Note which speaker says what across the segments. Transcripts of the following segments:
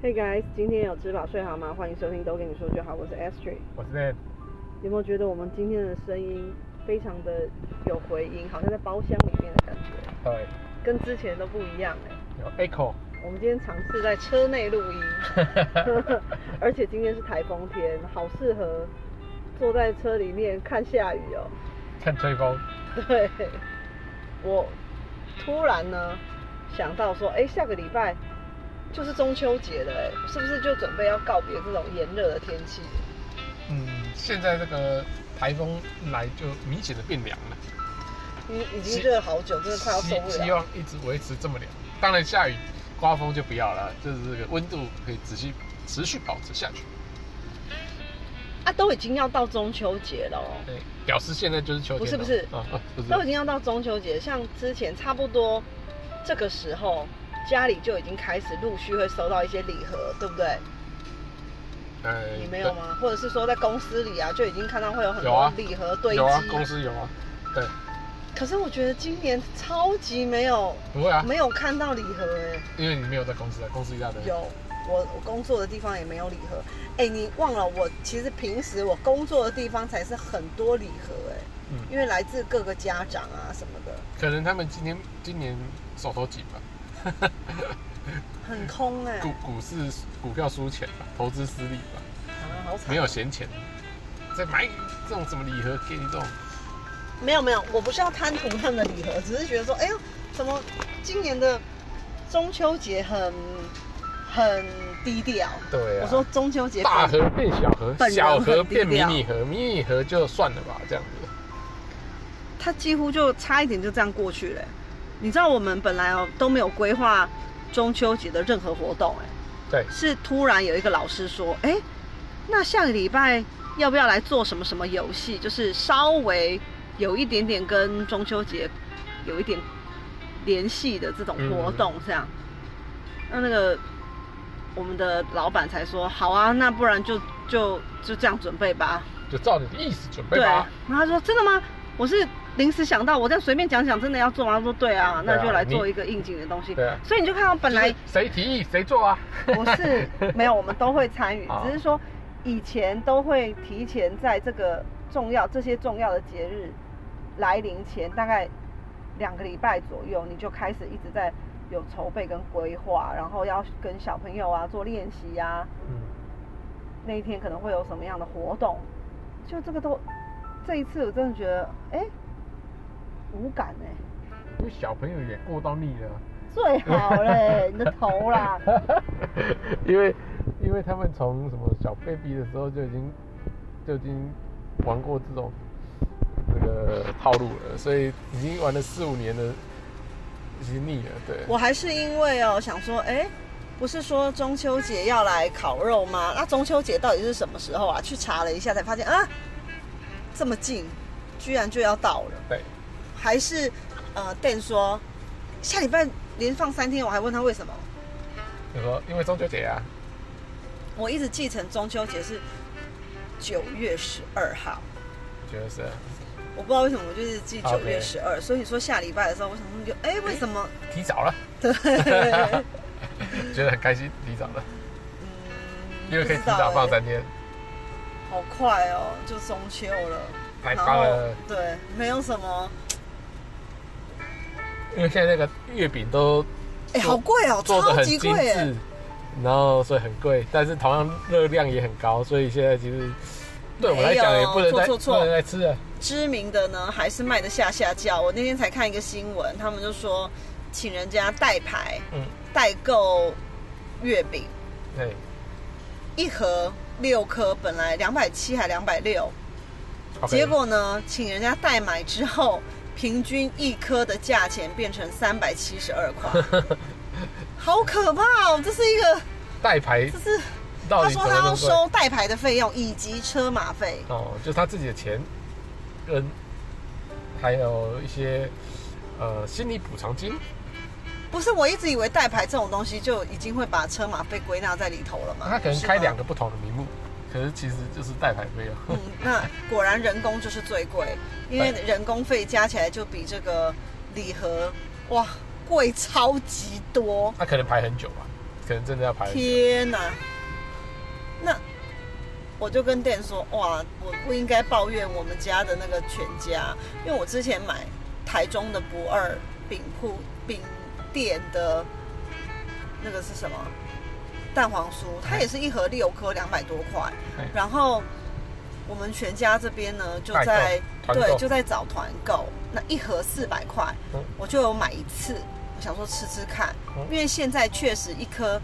Speaker 1: Hey guys，今天有吃饱睡好吗？欢迎收听都跟你说就好，我是 Astrid。
Speaker 2: 我是 Nate，
Speaker 1: 有没有觉得我们今天的声音非常的有回音，好像在包厢里面的感觉，
Speaker 2: 对，
Speaker 1: 跟之前都不一样哎。
Speaker 2: 呃有 Echo，
Speaker 1: 我们今天尝试在车内录音，而且今天是台风天，好适合坐在车里面看下雨哦。
Speaker 2: 看吹风，
Speaker 1: 对，我突然呢想到说，哎，下个礼拜就是中秋节了，哎，是不是就准备要告别这种炎热的天气？
Speaker 2: 嗯，现在这个台风来就明显的变凉了，
Speaker 1: 已已经热好久，真的快要受
Speaker 2: 希
Speaker 1: 不
Speaker 2: 希
Speaker 1: 了。
Speaker 2: 望一直维持这么凉。当然下雨、刮风就不要了，就是这个温度可以持续持续保持下去。
Speaker 1: 啊，都已经要到中秋节了哦，
Speaker 2: 对，表示现在就是秋天了。
Speaker 1: 不是不是
Speaker 2: 啊啊，不
Speaker 1: 都已
Speaker 2: 是，
Speaker 1: 经要到中秋节，像之前差不多这个时候，家里就已经开始陆续会收到一些礼盒，对不对？
Speaker 2: 呃
Speaker 1: 你没有？吗？或者是说在公司里啊，就已经看到会有很
Speaker 2: 有
Speaker 1: 多
Speaker 2: 啊
Speaker 1: 礼盒堆
Speaker 2: 对
Speaker 1: 积。
Speaker 2: 有啊，公司有啊，对，
Speaker 1: 可是我觉得今年超级没有
Speaker 2: 不会啊，
Speaker 1: 没有看到礼盒哎、
Speaker 2: 因为你没有在公司啊，公司一大堆。
Speaker 1: 有我我工作的地方也没有礼盒哎、你忘了我其实平时我工作的地方才是很多礼盒哎、
Speaker 2: 嗯
Speaker 1: 因为来自各个家长啊什么的，
Speaker 2: 可能他们今天今年手头紧吧，
Speaker 1: 很空哎、
Speaker 2: 股股市股票输钱吧，投资失利吧。
Speaker 1: 啊好惨
Speaker 2: 没有闲钱，再买这种什么礼盒给你这种，
Speaker 1: 没有没有，我不是要贪图他们的礼盒，只是觉得说，哎呦，怎么今年的中秋节很很低调？
Speaker 2: 对啊
Speaker 1: 我说中秋节
Speaker 2: 大盒变小盒
Speaker 1: 本，人
Speaker 2: 小盒
Speaker 1: 很低
Speaker 2: 变迷
Speaker 1: 调
Speaker 2: 你盒，迷你盒就算了吧，这样子。
Speaker 1: 它几乎就差一点就这样过去了欸、你知道我们本来哦都没有规划中秋节的任何活动、欸，
Speaker 2: 对，
Speaker 1: 是突然有一个老师说，哎、那下个礼拜要不要来做什么什么游戏？就是稍微有一点点跟中秋节有一点联系的这种活动，这样。那那个我们的老板才说，好啊，那不然就就就这样准备吧。
Speaker 2: 就照你的意思准备
Speaker 1: 对，
Speaker 2: 吧。
Speaker 1: 然后他说真的吗？我是临时想到，我这样随便讲讲，真的要做吗？他说对啊，
Speaker 2: 对啊
Speaker 1: 那就来做一个应景的东西。
Speaker 2: 对啊
Speaker 1: 所以你就看到本来
Speaker 2: 就是谁提议谁做啊？
Speaker 1: 我是没有，我们都会参与
Speaker 2: 啊，
Speaker 1: 只是说以前都会提前在这个重要这些重要的节日来临前，大概两个礼拜左右，你就开始一直在有筹备跟规划，然后要跟小朋友啊做练习呀、
Speaker 2: 嗯，
Speaker 1: 那一天可能会有什么样的活动，就这个都，这一次我真的觉得，哎、无感哎、
Speaker 2: 因为小朋友也过到腻 了。啊
Speaker 1: 最好嘞，你的头啦，
Speaker 2: 因为因为他们从什么小 baby 的时候就已经就已经玩过这种这个套路了，所以已经玩了四五年了，已经腻了。对，
Speaker 1: 我还是因为哦想说，哎、不是说中秋节要来烤肉吗？那中秋节到底是什么时候啊？去查了一下才发现啊，这么近，居然就要到了。
Speaker 2: 对，
Speaker 1: 还是呃，Dan 说下礼拜连放三天，我还问他为什么。
Speaker 2: 就说因为中秋节啊，
Speaker 1: 我一直继承中秋节是九月十二号，
Speaker 2: 觉得是
Speaker 1: 我不知道为什么我就是记九
Speaker 2: OK
Speaker 1: 月十二，所以你说下礼拜的时候，我想说就哎、为什 么？
Speaker 2: 提早了，
Speaker 1: 对，嗯，
Speaker 2: 觉得很开心，提早了，因为可以
Speaker 1: 不
Speaker 2: 提
Speaker 1: 知道
Speaker 2: 早放
Speaker 1: 哎
Speaker 2: 三天，
Speaker 1: 好快哦，就中秋了，
Speaker 2: 太
Speaker 1: 然
Speaker 2: 棒
Speaker 1: 后
Speaker 2: 了。
Speaker 1: 对，没有什么，
Speaker 2: 因为现在那个月饼都
Speaker 1: 哎、
Speaker 2: 做
Speaker 1: 好贵哦，
Speaker 2: 做的
Speaker 1: 超
Speaker 2: 很
Speaker 1: 级
Speaker 2: 精
Speaker 1: 贵耶
Speaker 2: 致，，然后所以很贵，但是同样热量也很高，所以现在其实对我们来讲
Speaker 1: 没有
Speaker 2: 也不能再
Speaker 1: 错错错
Speaker 2: 不能再吃了。
Speaker 1: 知名的呢还是卖的下下叫。我那天才看一个新闻，他们就说请人家代牌
Speaker 2: 嗯，
Speaker 1: 代购月饼，
Speaker 2: 对，
Speaker 1: 一盒六颗，本来两百七还两百六，
Speaker 2: OK
Speaker 1: 结果呢，请人家代买之后，平均一颗的价钱变成三百七十二 块，好可怕哦！这是一个，
Speaker 2: 代牌
Speaker 1: 这是
Speaker 2: 到
Speaker 1: 他
Speaker 2: 底怎
Speaker 1: 说
Speaker 2: 么
Speaker 1: 他
Speaker 2: 那
Speaker 1: 要
Speaker 2: 么贵？
Speaker 1: 收代牌的费用以及车马费，
Speaker 2: 哦，就是他自己的钱，跟还有一些呃心理补偿金，
Speaker 1: 不是我一直以为代牌这种东西就已经会把车马费归纳在里头了嘛？
Speaker 2: 他可能
Speaker 1: 是吗
Speaker 2: 开两，个不同的名目，可是其实就是代牌啊 费用。
Speaker 1: 嗯，那果然人工就是最贵，因为人工费加起来就比这个礼盒哇贵超级多。
Speaker 2: 他可能排很久吧，啊可能真的要排很久。
Speaker 1: 天哪！那我就跟店说，哇，我不应该抱怨我们家的那个全家，因为我之前买台中的不二饼铺饼店的那个是什么蛋黄酥，它也是一盒六颗，两百多块
Speaker 2: 哎。
Speaker 1: 然后我们全家这边呢，就
Speaker 2: 代购
Speaker 1: 在
Speaker 2: 团
Speaker 1: 对
Speaker 2: 购
Speaker 1: 就在找团购，那一盒四百块
Speaker 2: 嗯，
Speaker 1: 我就有买一次，我想说吃吃看，
Speaker 2: 嗯
Speaker 1: 因为现在确实一颗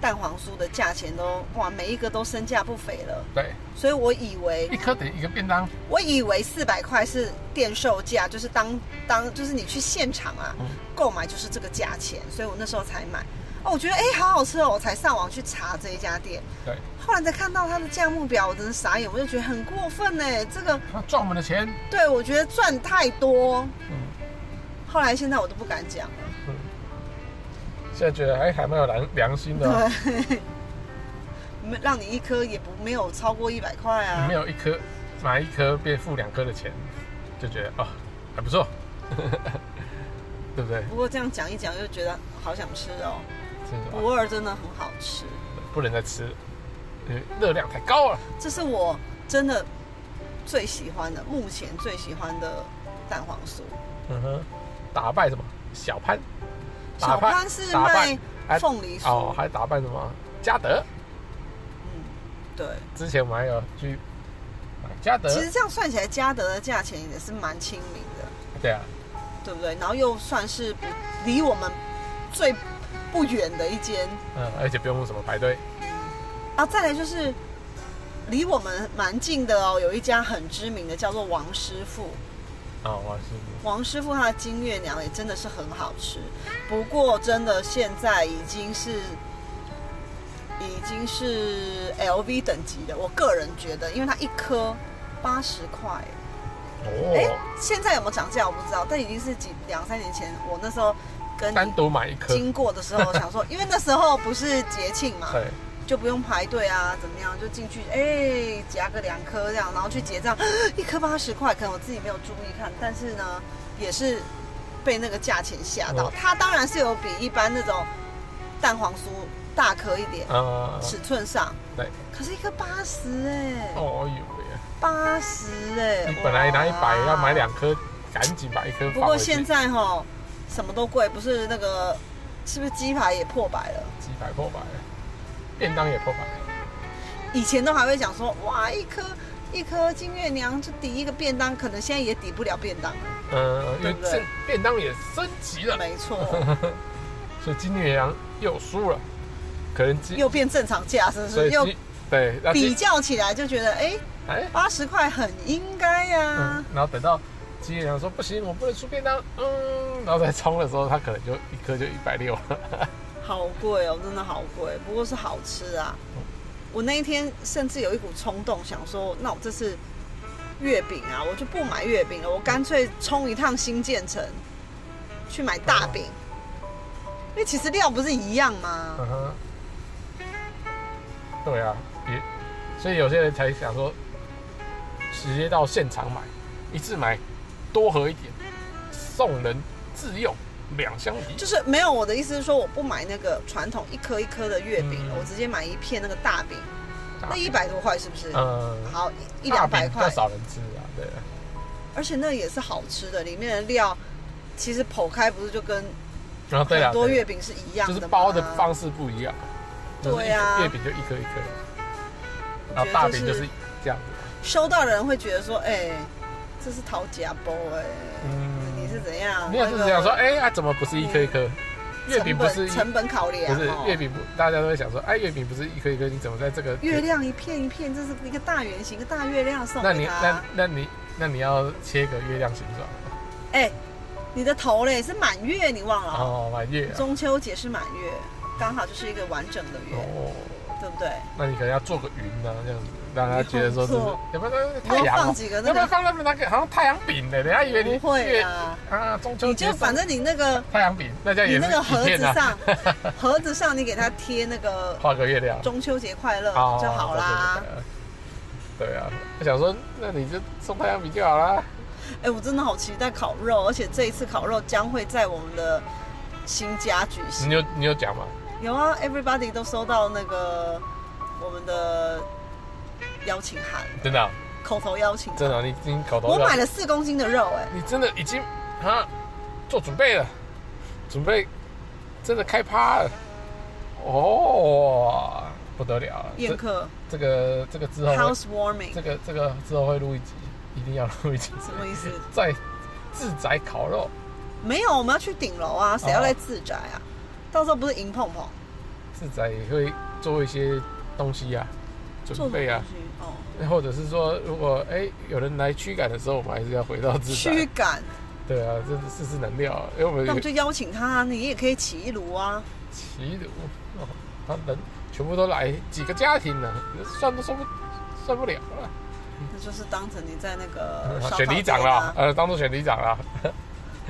Speaker 1: 蛋黄酥的价钱都哇，每一个都身价不菲了，
Speaker 2: 对，
Speaker 1: 所以我以为
Speaker 2: 一颗等于一个便当。
Speaker 1: 我以为四百块是店售价，就是当当就是你去现场啊
Speaker 2: 嗯
Speaker 1: 购买就是这个价钱，所以我那时候才买。哦，我觉得哎、好好吃哦，我才上网去查这一家店，
Speaker 2: 对，
Speaker 1: 后来才看到它的价目表，我真的傻眼，我就觉得很过分哎，这个
Speaker 2: 他赚我们的钱。
Speaker 1: 对我觉得赚太多。
Speaker 2: 嗯
Speaker 1: 后来现在我都不敢讲了。
Speaker 2: 嗯。现在觉得还哎还蛮有良良心的、啊，
Speaker 1: 对， 没让你一颗也不没有超过一百块啊
Speaker 2: 没。有一颗买一颗变付两颗的钱，就觉得哦还不错， 对不对？
Speaker 1: 不过这样讲一讲，又觉得好想吃哦。
Speaker 2: 真的
Speaker 1: 不二真的很好吃，
Speaker 2: 不能再吃，因为热量太高了。
Speaker 1: 这是我真的最喜欢的，目前最喜欢的蛋黄酥。
Speaker 2: 嗯哼，打败什么小潘？
Speaker 1: 小潘是
Speaker 2: 打
Speaker 1: 卖
Speaker 2: 败哎
Speaker 1: 凤梨酥，
Speaker 2: 哦，还打败什么嘉德？
Speaker 1: 嗯，对。
Speaker 2: 之前我们还有去买嘉德，
Speaker 1: 其实这样算起来，嘉德的价钱也是蛮亲民的，
Speaker 2: 对啊，
Speaker 1: 对不对？然后又算是不离我们最不远的一间
Speaker 2: 嗯，而且不用什么排队，
Speaker 1: 啊，再来就是离我们蛮近的哦，有一家很知名的叫做王师傅，
Speaker 2: 啊，我师傅，
Speaker 1: 王师傅他的金月娘也真的是很好吃，不过真的现在已经是已经是 LV 等级的，我个人觉得，因为它一颗八十块，哎、
Speaker 2: 哦，
Speaker 1: 现在有没有涨价我不知道，但已经是几两三年前我那时候跟
Speaker 2: 单
Speaker 1: 你
Speaker 2: 独买一 颗，
Speaker 1: 经过的时候，想说，因为那时候不是节庆 嘛，
Speaker 2: 对，
Speaker 1: 就不用排队啊，怎么样就进去，哎、夹个两颗这样，然后去结账， 一颗八十块，可能我自己没有注意看，但是呢，也是被那个价钱吓到。
Speaker 2: 嗯
Speaker 1: 它当然是有比一般那种蛋黄酥大颗一点，
Speaker 2: 啊，
Speaker 1: 尺寸上，
Speaker 2: 对，
Speaker 1: 可是一颗八十哎，
Speaker 2: 哦哟，
Speaker 1: 八十哎，
Speaker 2: 你本来拿一百
Speaker 1: 哇
Speaker 2: 要买两，颗，赶紧把一颗
Speaker 1: 不
Speaker 2: 放
Speaker 1: 过
Speaker 2: 回去，
Speaker 1: 现在哈，什么都贵，不是那个是不是鸡排也破百了？
Speaker 2: 几百破百，便当也破百，
Speaker 1: 以前都还会讲说，哇，一颗一颗金月娘就抵一个便当，可能现在也抵不了便 当。
Speaker 2: 嗯，因
Speaker 1: 对
Speaker 2: 为
Speaker 1: 不对
Speaker 2: 这便当也升级了，
Speaker 1: 没错，
Speaker 2: 所以金牛羊又输了，可能金
Speaker 1: 又变正常价，是不
Speaker 2: 所
Speaker 1: 是？
Speaker 2: 以
Speaker 1: 又
Speaker 2: 金对，那
Speaker 1: 比
Speaker 2: 金
Speaker 1: 较起来就觉得，哎，
Speaker 2: 哎，
Speaker 1: 八十块很应该啊呀、
Speaker 2: 嗯，然后等到金牛羊说不行，我不能出便当，嗯，然后再冲的时候，他可能就一颗就一百六了，嗯
Speaker 1: 好贵哦，真的好贵。不过是好吃啊。
Speaker 2: 嗯
Speaker 1: 我那一天甚至有一股冲动，想说，那我这次月饼啊，我就不买月饼了，我干脆冲一趟新建成，去买大饼，
Speaker 2: 哦
Speaker 1: 因为其实料不是一样吗？
Speaker 2: 嗯哼，对啊，也，所以有些人才想说，直接到现场买，一次买多盒一点，送人自用两相宜，
Speaker 1: 就是没有我的意思是说，我不买那个传统一颗一颗的月饼，
Speaker 2: 嗯
Speaker 1: 我直接买一片那个大饼，
Speaker 2: 大
Speaker 1: 那一百多块是不是？
Speaker 2: 嗯，
Speaker 1: 好一一
Speaker 2: 大
Speaker 1: 两
Speaker 2: 饼
Speaker 1: 百
Speaker 2: 比较
Speaker 1: 块，
Speaker 2: 少人吃啊，对啊，
Speaker 1: 而且那也是好吃的，里面的料其实剖开不是就跟
Speaker 2: 然后对啊，
Speaker 1: 很多
Speaker 2: 对啊
Speaker 1: 月饼是一样
Speaker 2: 就
Speaker 1: 的
Speaker 2: 是
Speaker 1: 吗
Speaker 2: 包的，方式不一样，就是
Speaker 1: 对
Speaker 2: 一
Speaker 1: 啊
Speaker 2: 月饼就一颗一颗的，
Speaker 1: 我
Speaker 2: 然
Speaker 1: 觉得
Speaker 2: 后大
Speaker 1: 就
Speaker 2: 饼就是
Speaker 1: 是
Speaker 2: 这样子，
Speaker 1: 收到的人会觉得说，哎、这是陶家包哎、
Speaker 2: 嗯
Speaker 1: 你是怎样？
Speaker 2: 没有就是想说，哎啊，怎么不是一颗一颗？
Speaker 1: 那个
Speaker 2: 月饼不是
Speaker 1: 嗯
Speaker 2: 一
Speaker 1: 成本成本考量
Speaker 2: 不是
Speaker 1: 哦
Speaker 2: 月饼不，大家都会想说，哎，月饼不是一颗一颗，你怎么在这个
Speaker 1: 月？亮一片一片，这是一个大圆形，一个大月亮送
Speaker 2: 那
Speaker 1: 给
Speaker 2: 你
Speaker 1: 他。
Speaker 2: 那那你那你要切个月亮形状，
Speaker 1: 哎、你的头嘞是满月，你忘了哦？
Speaker 2: 哦，满月啊，
Speaker 1: 中秋节是满月，刚好就是一个完整的月，
Speaker 2: 哦，
Speaker 1: 对不对？
Speaker 2: 那你可能要做个云呢，这样子让大家觉得说这是
Speaker 1: 你好
Speaker 2: 有没有
Speaker 1: 你
Speaker 2: 太
Speaker 1: 要
Speaker 2: 阳
Speaker 1: 放
Speaker 2: 啊？
Speaker 1: 几个那
Speaker 2: 要不要
Speaker 1: 个？
Speaker 2: 放那么那个好像太阳饼的？人家以为你
Speaker 1: 不会
Speaker 2: 月
Speaker 1: 啊，
Speaker 2: 啊，中秋
Speaker 1: 你
Speaker 2: 节
Speaker 1: 就反正你那个
Speaker 2: 太阳饼，那这样
Speaker 1: 你
Speaker 2: 也
Speaker 1: 那
Speaker 2: 是
Speaker 1: 个盒
Speaker 2: 一
Speaker 1: 子
Speaker 2: 片啊。
Speaker 1: 上， 盒子上你给它贴那个
Speaker 2: 画个月亮
Speaker 1: 中秋节快乐
Speaker 2: 哦
Speaker 1: 就好啦。
Speaker 2: 对对对对啊，我想说，那你就送太阳饼就好啦。
Speaker 1: 哎，我真的好期待烤肉，而且这一次烤肉将会在我们的新家举
Speaker 2: 你
Speaker 1: 行。
Speaker 2: 嗯有你有讲吗？
Speaker 1: 有啊，everybody 都收到那个我们的邀请函，
Speaker 2: 真的啊、
Speaker 1: 口头邀请函。
Speaker 2: 真的啊、你已经搞到
Speaker 1: 我买了四公斤的肉、哎，
Speaker 2: 你真的已经啊做准备了，准备真的开趴了，哦，不得了了！
Speaker 1: 宴
Speaker 2: 这
Speaker 1: 客
Speaker 2: 这个这个之后会
Speaker 1: housewarming
Speaker 2: 这个这个之后会录一集，一定要录一集，
Speaker 1: 什么意思？
Speaker 2: 在自宅烤肉，
Speaker 1: 没有，我们要去顶楼啊，谁要在自宅啊？到时候不是赢碰碰
Speaker 2: 自宅也会做一些东西啊，
Speaker 1: 做
Speaker 2: 准
Speaker 1: 什么
Speaker 2: 备啊
Speaker 1: 东，西？哦，
Speaker 2: 或者是说如果哎、有人来驱赶的时候，我们还是要回到自
Speaker 1: 驱
Speaker 2: 宅，
Speaker 1: 赶，
Speaker 2: 对啊，这是世事难料啊，因为我们
Speaker 1: 那我
Speaker 2: 有
Speaker 1: 们就邀请他，你也可以起一炉啊。
Speaker 2: 齐鲁，哦，他人全部都来，几个家庭呢、算都算不算不了了。
Speaker 1: 那就是当成你在那个烧烤
Speaker 2: 嗯选里长
Speaker 1: 店
Speaker 2: 啦
Speaker 1: 啊，，
Speaker 2: 呃，当做选里长啦。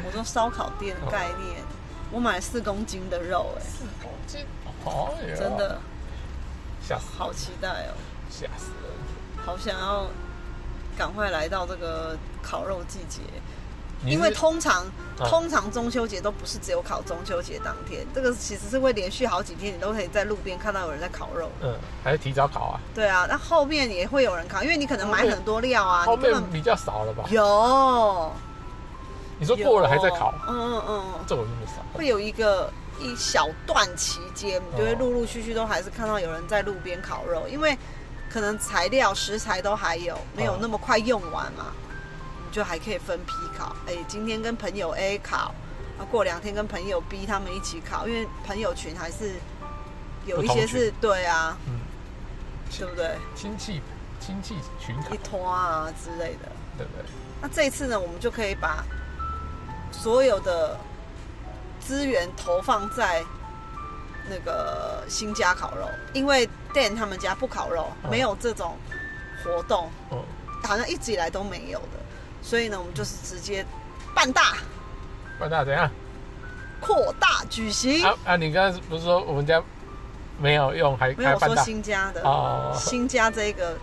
Speaker 1: 我说烧烤店的概念，
Speaker 2: 哦
Speaker 1: 我买了四公斤的肉、哎，
Speaker 2: 这哦哟
Speaker 1: 真的
Speaker 2: 吓死，
Speaker 1: 好期待哦，
Speaker 2: 吓死人！
Speaker 1: 好想要赶快来到这个烤肉季节，
Speaker 2: 你
Speaker 1: 因为
Speaker 2: 是
Speaker 1: 通常、
Speaker 2: 啊
Speaker 1: 通常中秋节都不是只有烤中秋节当天，这个其实是会连续好几天，你都可以在路边看到有人在烤肉。
Speaker 2: 嗯，还是提早烤啊，
Speaker 1: 对啊，那后面也会有人烤，因为你可能买
Speaker 2: 后面
Speaker 1: 很多料啊，
Speaker 2: 后
Speaker 1: 你根
Speaker 2: 面
Speaker 1: 本
Speaker 2: 比较少了吧？
Speaker 1: 有
Speaker 2: 你说过了还在烤
Speaker 1: 有，嗯嗯嗯。
Speaker 2: 这我就没少。
Speaker 1: 会有一个一小段期间，你就会
Speaker 2: 哦
Speaker 1: 陆陆续续都还是看到有人在路边烤肉，因为可能材料食材都还有，没有
Speaker 2: 哦
Speaker 1: 那么快用完嘛，你就还可以分批烤。哎、今天跟朋友 A 烤，啊，过两天跟朋友 B 他们一起烤，因为朋友群还是有一
Speaker 2: 不同
Speaker 1: 些
Speaker 2: 群
Speaker 1: 是对啊，
Speaker 2: 嗯，
Speaker 1: 对不对？
Speaker 2: 亲戚亲戚群烤
Speaker 1: 一，拖啊之类的。
Speaker 2: 对不对？
Speaker 1: 那这一次呢，我们就可以把所有的资源投放在那个新家烤肉，因为 Dan 他们家不烤肉，
Speaker 2: 嗯
Speaker 1: 没有这种活动，
Speaker 2: 哦，
Speaker 1: 好像一直以来都没有的，所以呢，我们就是直接办大、
Speaker 2: 不然大家怎样？
Speaker 1: 扩大举行。
Speaker 2: 啊啊！你刚才不是说我们家没有用，还
Speaker 1: 没有
Speaker 2: 还
Speaker 1: 我
Speaker 2: 办
Speaker 1: 说
Speaker 2: 大？
Speaker 1: 新家的，
Speaker 2: 哦
Speaker 1: 新家这个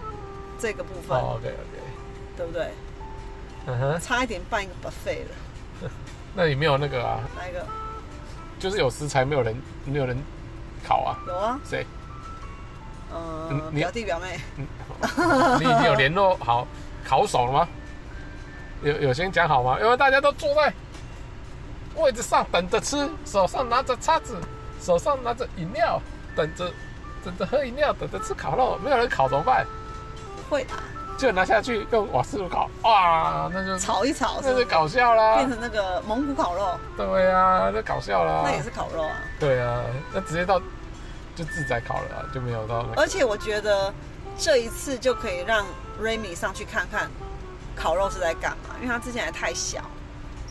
Speaker 1: 这个部分，
Speaker 2: 哦，OK OK，
Speaker 1: 对不对？
Speaker 2: 嗯哼，
Speaker 1: 差一点办一个 buffet 了，
Speaker 2: 那你没有那个啊？
Speaker 1: 来一个
Speaker 2: 就是有食材，没有人没有人烤啊？
Speaker 1: 有啊，
Speaker 2: 谁？嗯
Speaker 1: 嗯，
Speaker 2: 你
Speaker 1: 表弟表妹。
Speaker 2: 嗯你已经有联络好烤手了吗？有有先讲好吗？因为大家都坐在位置上等着吃，手上拿着叉子，手上拿着饮料，等着等着喝饮料，等着吃烤肉，没有人烤怎么办？
Speaker 1: 会啦，
Speaker 2: 就拿下去用瓦斯炉烤，哇，那就
Speaker 1: 炒一炒，
Speaker 2: 那
Speaker 1: 是
Speaker 2: 就
Speaker 1: 不是
Speaker 2: 搞笑啦
Speaker 1: 变！成那个蒙古烤肉，
Speaker 2: 对啊，那搞笑啦！
Speaker 1: 那也是烤肉啊。
Speaker 2: 对啊，那直接到就自宅烤了啊、就没有到那个
Speaker 1: 而且我觉得这一次就可以让 Remy 上去看看烤肉是在干嘛，因为他之前还太小，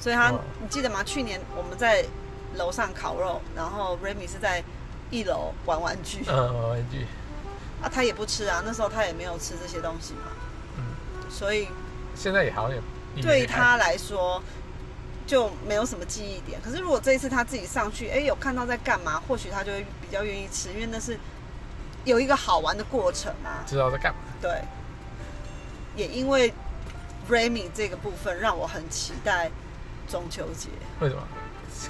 Speaker 1: 所以他、
Speaker 2: 哦
Speaker 1: 你记得吗？去年我们在楼上烤肉，然后 Remy 是在一楼玩玩具、
Speaker 2: 嗯玩具，
Speaker 1: 啊，他也不吃啊，那时候他也没有吃这些东西嘛，
Speaker 2: 嗯，
Speaker 1: 所以
Speaker 2: 现在也好像也
Speaker 1: 对于他来说就没有什么记忆点。可是如果这一次他自己上去，哎，有看到在干嘛，或许他就会比较愿意吃，因为那是有一个好玩的过程嘛。
Speaker 2: 知道在干嘛。
Speaker 1: 对，也因为 Remy 这个部分让我很期待中秋节，
Speaker 2: 为什么？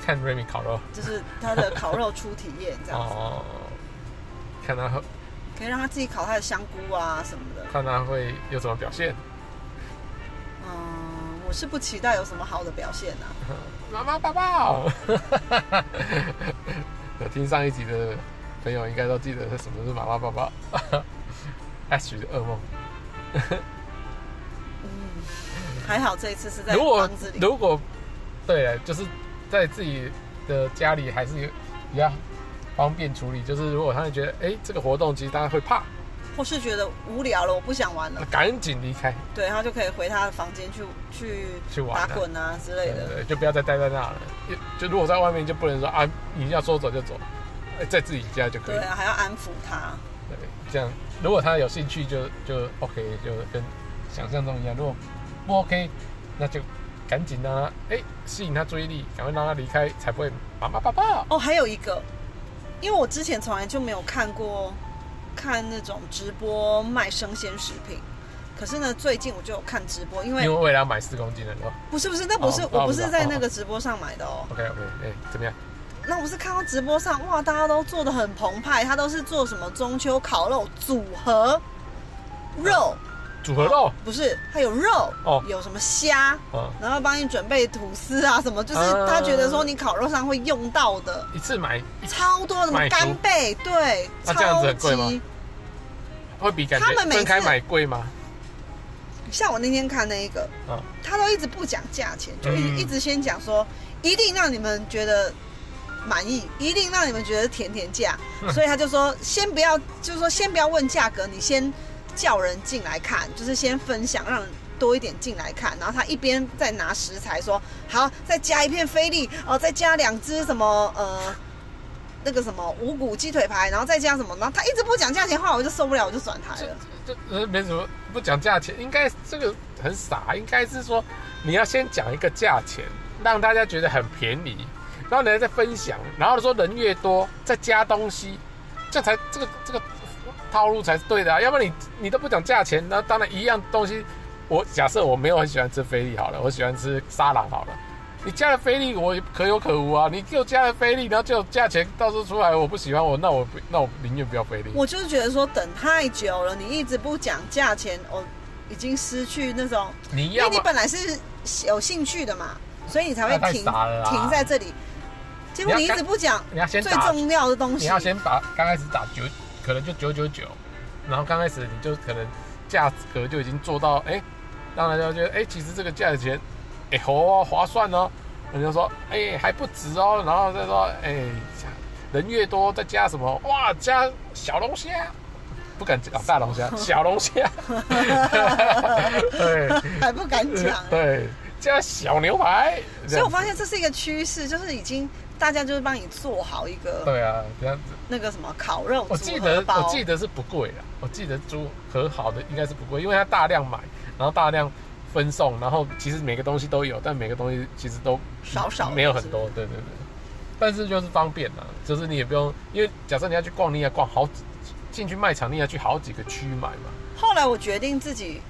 Speaker 2: 看 Remy 烤肉
Speaker 1: 就是他的烤肉初体验这样子，
Speaker 2: 哦，看他会
Speaker 1: 可以让他自己烤他的香菇啊什么的。
Speaker 2: 看他会有什么表现。
Speaker 1: 嗯，我是不期待有什么好的表现啊。
Speaker 2: 妈妈抱 抱。有听上一集的朋友应该都记得什么是妈妈抱 抱。Ash 的噩梦。
Speaker 1: 嗯还好这一次是在
Speaker 2: 如果
Speaker 1: 房子里，
Speaker 2: 如果对，就是在自己的家里还是比较方便处理。就是如果他们觉得哎、这个活动，其实大家会怕，
Speaker 1: 或是觉得无聊了，我不想玩了
Speaker 2: 那。赶紧离开，
Speaker 1: 对他就可以回他的房间去去
Speaker 2: 去玩
Speaker 1: 打
Speaker 2: 啊
Speaker 1: 滚啊之类的。
Speaker 2: 对，就不要再待在那了。就就如果在外面就不能说啊，你要说走就走，哎在自己家就可以
Speaker 1: 对。啊，还要安抚他。
Speaker 2: 对，这样如果他有兴趣就就 OK，就跟想象中一样。如果不 OK，那就赶紧让他哎、吸引他注意力，赶快让他离开，才不会妈妈爸爸。
Speaker 1: 哦，还有一个，因为我之前从来就没有看过看那种直播卖生鲜食品，可是呢，最近我就有看直播，因
Speaker 2: 因为
Speaker 1: 为
Speaker 2: 为了要买四公斤的肉。
Speaker 1: 不是不是，那不是、
Speaker 2: 哦
Speaker 1: 我不
Speaker 2: 我知
Speaker 1: 是
Speaker 2: 道
Speaker 1: 在
Speaker 2: 哦
Speaker 1: 那个直播上买的哦，
Speaker 2: OK OK，哎、怎么样？
Speaker 1: 那我是看到直播上哇，大家都做的很澎湃，他都是做什么中秋烤肉组合肉，
Speaker 2: 组合肉
Speaker 1: 不是，它有肉，
Speaker 2: 哦
Speaker 1: 有什么虾，
Speaker 2: 啊，
Speaker 1: 然后帮你准备吐司啊什么，就是
Speaker 2: 啊
Speaker 1: 他觉得说你烤肉上会用到的，
Speaker 2: 一次买
Speaker 1: 超多什么
Speaker 2: 买足
Speaker 1: 干贝，对，
Speaker 2: 那这样子
Speaker 1: 超
Speaker 2: 很贵吗
Speaker 1: 级。
Speaker 2: 会比感
Speaker 1: 他们
Speaker 2: 觉
Speaker 1: 每次
Speaker 2: 分开买贵吗？
Speaker 1: 像我那天看那一个，
Speaker 2: 啊，
Speaker 1: 他都一直不讲价钱，就一直、
Speaker 2: 嗯
Speaker 1: 一直先讲说，一定让你们觉得满意，一定让你们觉得甜甜价，所以他就说先不要，就是说先不要问价格，你先叫人进来看，就是先分享，让多一点进来看，然后他一边在拿食材说，好，再加一片菲力，哦，再加两只什么呃。那个什么五谷鸡腿排，然后再加什么，然后他一直不讲价钱话，我就受不了，我就转台
Speaker 2: 这
Speaker 1: 了。
Speaker 2: 这这没什么，不讲价钱，应该这个很傻，应该是说你要先讲一个价钱，让大家觉得很便宜，然后人家再分享，然后说人越多再加东西，这样才这个这个套路才是对的啊，要不然你你都不讲价钱，那当然一样东西，我假设我没有很喜欢吃菲力好了，我喜欢吃沙朗好了。你加了菲力，我也可有可无啊！你给我加了菲力，然后就价钱到时候出来，我不喜欢我，那我不那我宁愿不要菲力。
Speaker 1: 我就是觉得说等太久了，你一直不讲价钱，我已经失去那种，
Speaker 2: 你
Speaker 1: 因
Speaker 2: 要
Speaker 1: 为
Speaker 2: 么
Speaker 1: 你本来是有兴趣的嘛，所以你才
Speaker 2: 那
Speaker 1: 会
Speaker 2: 太
Speaker 1: 停
Speaker 2: 傻了啦
Speaker 1: 停在这里。结果你
Speaker 2: 你要
Speaker 1: 一直
Speaker 2: 看
Speaker 1: 不讲
Speaker 2: 你要先
Speaker 1: 最
Speaker 2: 打，
Speaker 1: 重要的东
Speaker 2: 你
Speaker 1: 西，
Speaker 2: 要先打，刚开始打九，可能就九九九，然后刚开始你就可能价格就已经做到，哎、让人家觉得，哎、其实这个价钱，哎、好哦，划算哦，人家说，哎、还不止哦，然后再说，哎、人越多再加什么，哇，加小龙虾。不敢讲大 龙虾，小龙虾，对
Speaker 1: 还不敢讲。
Speaker 2: 对，加小牛排，这
Speaker 1: 所以
Speaker 2: 样
Speaker 1: 我发现这是一个趋势，就是已经大家就是帮你做好一个
Speaker 2: 对啊，这样子。
Speaker 1: 那个什么烤肉
Speaker 2: 我
Speaker 1: 组
Speaker 2: 记
Speaker 1: 合
Speaker 2: 得
Speaker 1: 包，
Speaker 2: 我记得是不贵啦，我记得租和好的应该是不贵，因为它大量买，然后大量分送，然后其实每个东西都有，但每个东西其实都
Speaker 1: 少少的
Speaker 2: 没有很多
Speaker 1: 是，
Speaker 2: 对对对。但是就是方便啦，就是你也不用，因为假设你要去逛，你也逛好几进去卖场，你也要去好几个区买嘛。
Speaker 1: 后来我决定自己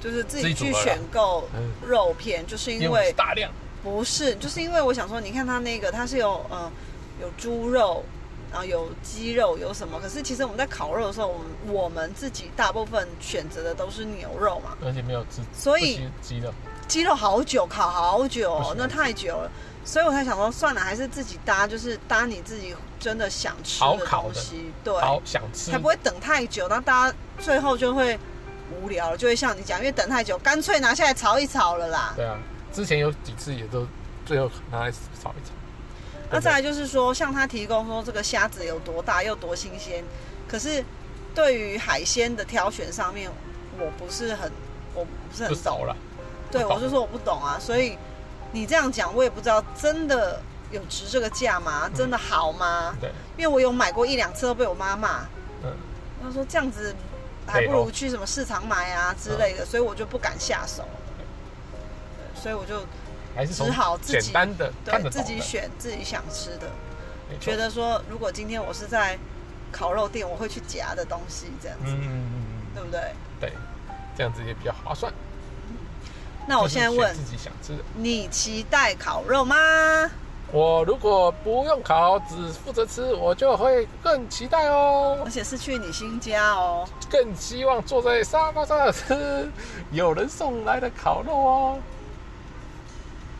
Speaker 1: 就是自己
Speaker 2: 自己
Speaker 1: 去
Speaker 2: 组合啦
Speaker 1: 选购
Speaker 2: 嗯
Speaker 1: 肉片，就是因
Speaker 2: 我
Speaker 1: 为
Speaker 2: 是大量，
Speaker 1: 不是，就是因为我想说，你看它那个它是有呃有猪肉，然后有鸡肉，有什么？可是其实我们在烤肉的时候，我们我们自己大部分选择的都是牛肉嘛，
Speaker 2: 而且没有吃，
Speaker 1: 所以
Speaker 2: 不吃鸡的，
Speaker 1: 鸡肉好久烤好久
Speaker 2: 不
Speaker 1: 哦、
Speaker 2: 行
Speaker 1: 那太久了，所以我才想说算了，还是自己搭，就是搭你自己真的想吃
Speaker 2: 好
Speaker 1: 的
Speaker 2: 烤
Speaker 1: 东
Speaker 2: 的
Speaker 1: 西，对，
Speaker 2: 好想吃
Speaker 1: 才不会等太久，那大家最后就会无聊了，就会像你讲，因为等太久，干脆拿下来炒一炒了啦。
Speaker 2: 对啊，之前有几次也都最后拿来炒一炒。
Speaker 1: 那
Speaker 2: 对不对
Speaker 1: 再来就是说，像他提供说这个虾子有多大又多新鲜，可是对于海鲜的挑选上面，我不是很，我不是
Speaker 2: 不
Speaker 1: 很
Speaker 2: 少
Speaker 1: 懂。
Speaker 2: 了，
Speaker 1: 对，
Speaker 2: 不懂
Speaker 1: 我就说我不懂啊，所以你这样讲，我也不知道真的有值这个价
Speaker 2: 嗯
Speaker 1: 吗？真的好吗？
Speaker 2: 对，
Speaker 1: 因为我有买过一两次都被我妈骂，
Speaker 2: 嗯。
Speaker 1: 她说这样子还
Speaker 2: 哎
Speaker 1: 不如去什么市场买
Speaker 2: 嗯
Speaker 1: 啊之类的，所以我就不敢下手。对所以我就
Speaker 2: 还是从
Speaker 1: 只好自己
Speaker 2: 简单的看
Speaker 1: 对
Speaker 2: 得懂
Speaker 1: 自
Speaker 2: 的
Speaker 1: 己，选自己想吃的。
Speaker 2: 没错
Speaker 1: 觉得说，如果今天我是在烤肉店，我会去夹的东西，这样
Speaker 2: 嗯
Speaker 1: 子，
Speaker 2: 嗯嗯嗯
Speaker 1: 对不对？
Speaker 2: 嗯对，这样子也比较划算。
Speaker 1: 那我现在
Speaker 2: 就是选
Speaker 1: 问
Speaker 2: 自己想吃的，
Speaker 1: 你，期待烤肉吗？
Speaker 2: 我如果不用烤，只负责吃，我就会更期待哦
Speaker 1: 而，且是去你新家哦，
Speaker 2: 更希望坐在沙发上吃有人送来的烤肉哦。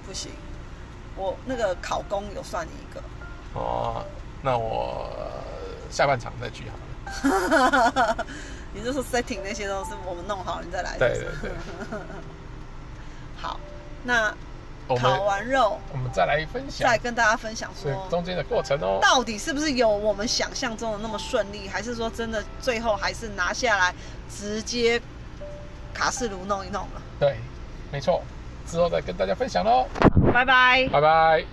Speaker 1: 不行，我那个烤工有算你一个，
Speaker 2: 哦，那我呃下半场再去好了。
Speaker 1: 你就说 setting 那些都是我们弄好了，你再来。
Speaker 2: 对
Speaker 1: 是不是
Speaker 2: 对对。
Speaker 1: 好，那
Speaker 2: 我
Speaker 1: 烤
Speaker 2: 们
Speaker 1: 完肉
Speaker 2: 我们再来分
Speaker 1: 再
Speaker 2: 享
Speaker 1: 来跟大家分享
Speaker 2: 这
Speaker 1: 说。
Speaker 2: 中间的过程哦。
Speaker 1: 到底是不是有我们想象中的那么顺利，还是说真的最后还是拿下来直接卡式炉弄一弄了？
Speaker 2: 对，没错，之后再跟大家分享喽，哦
Speaker 1: 拜拜。
Speaker 2: 拜拜。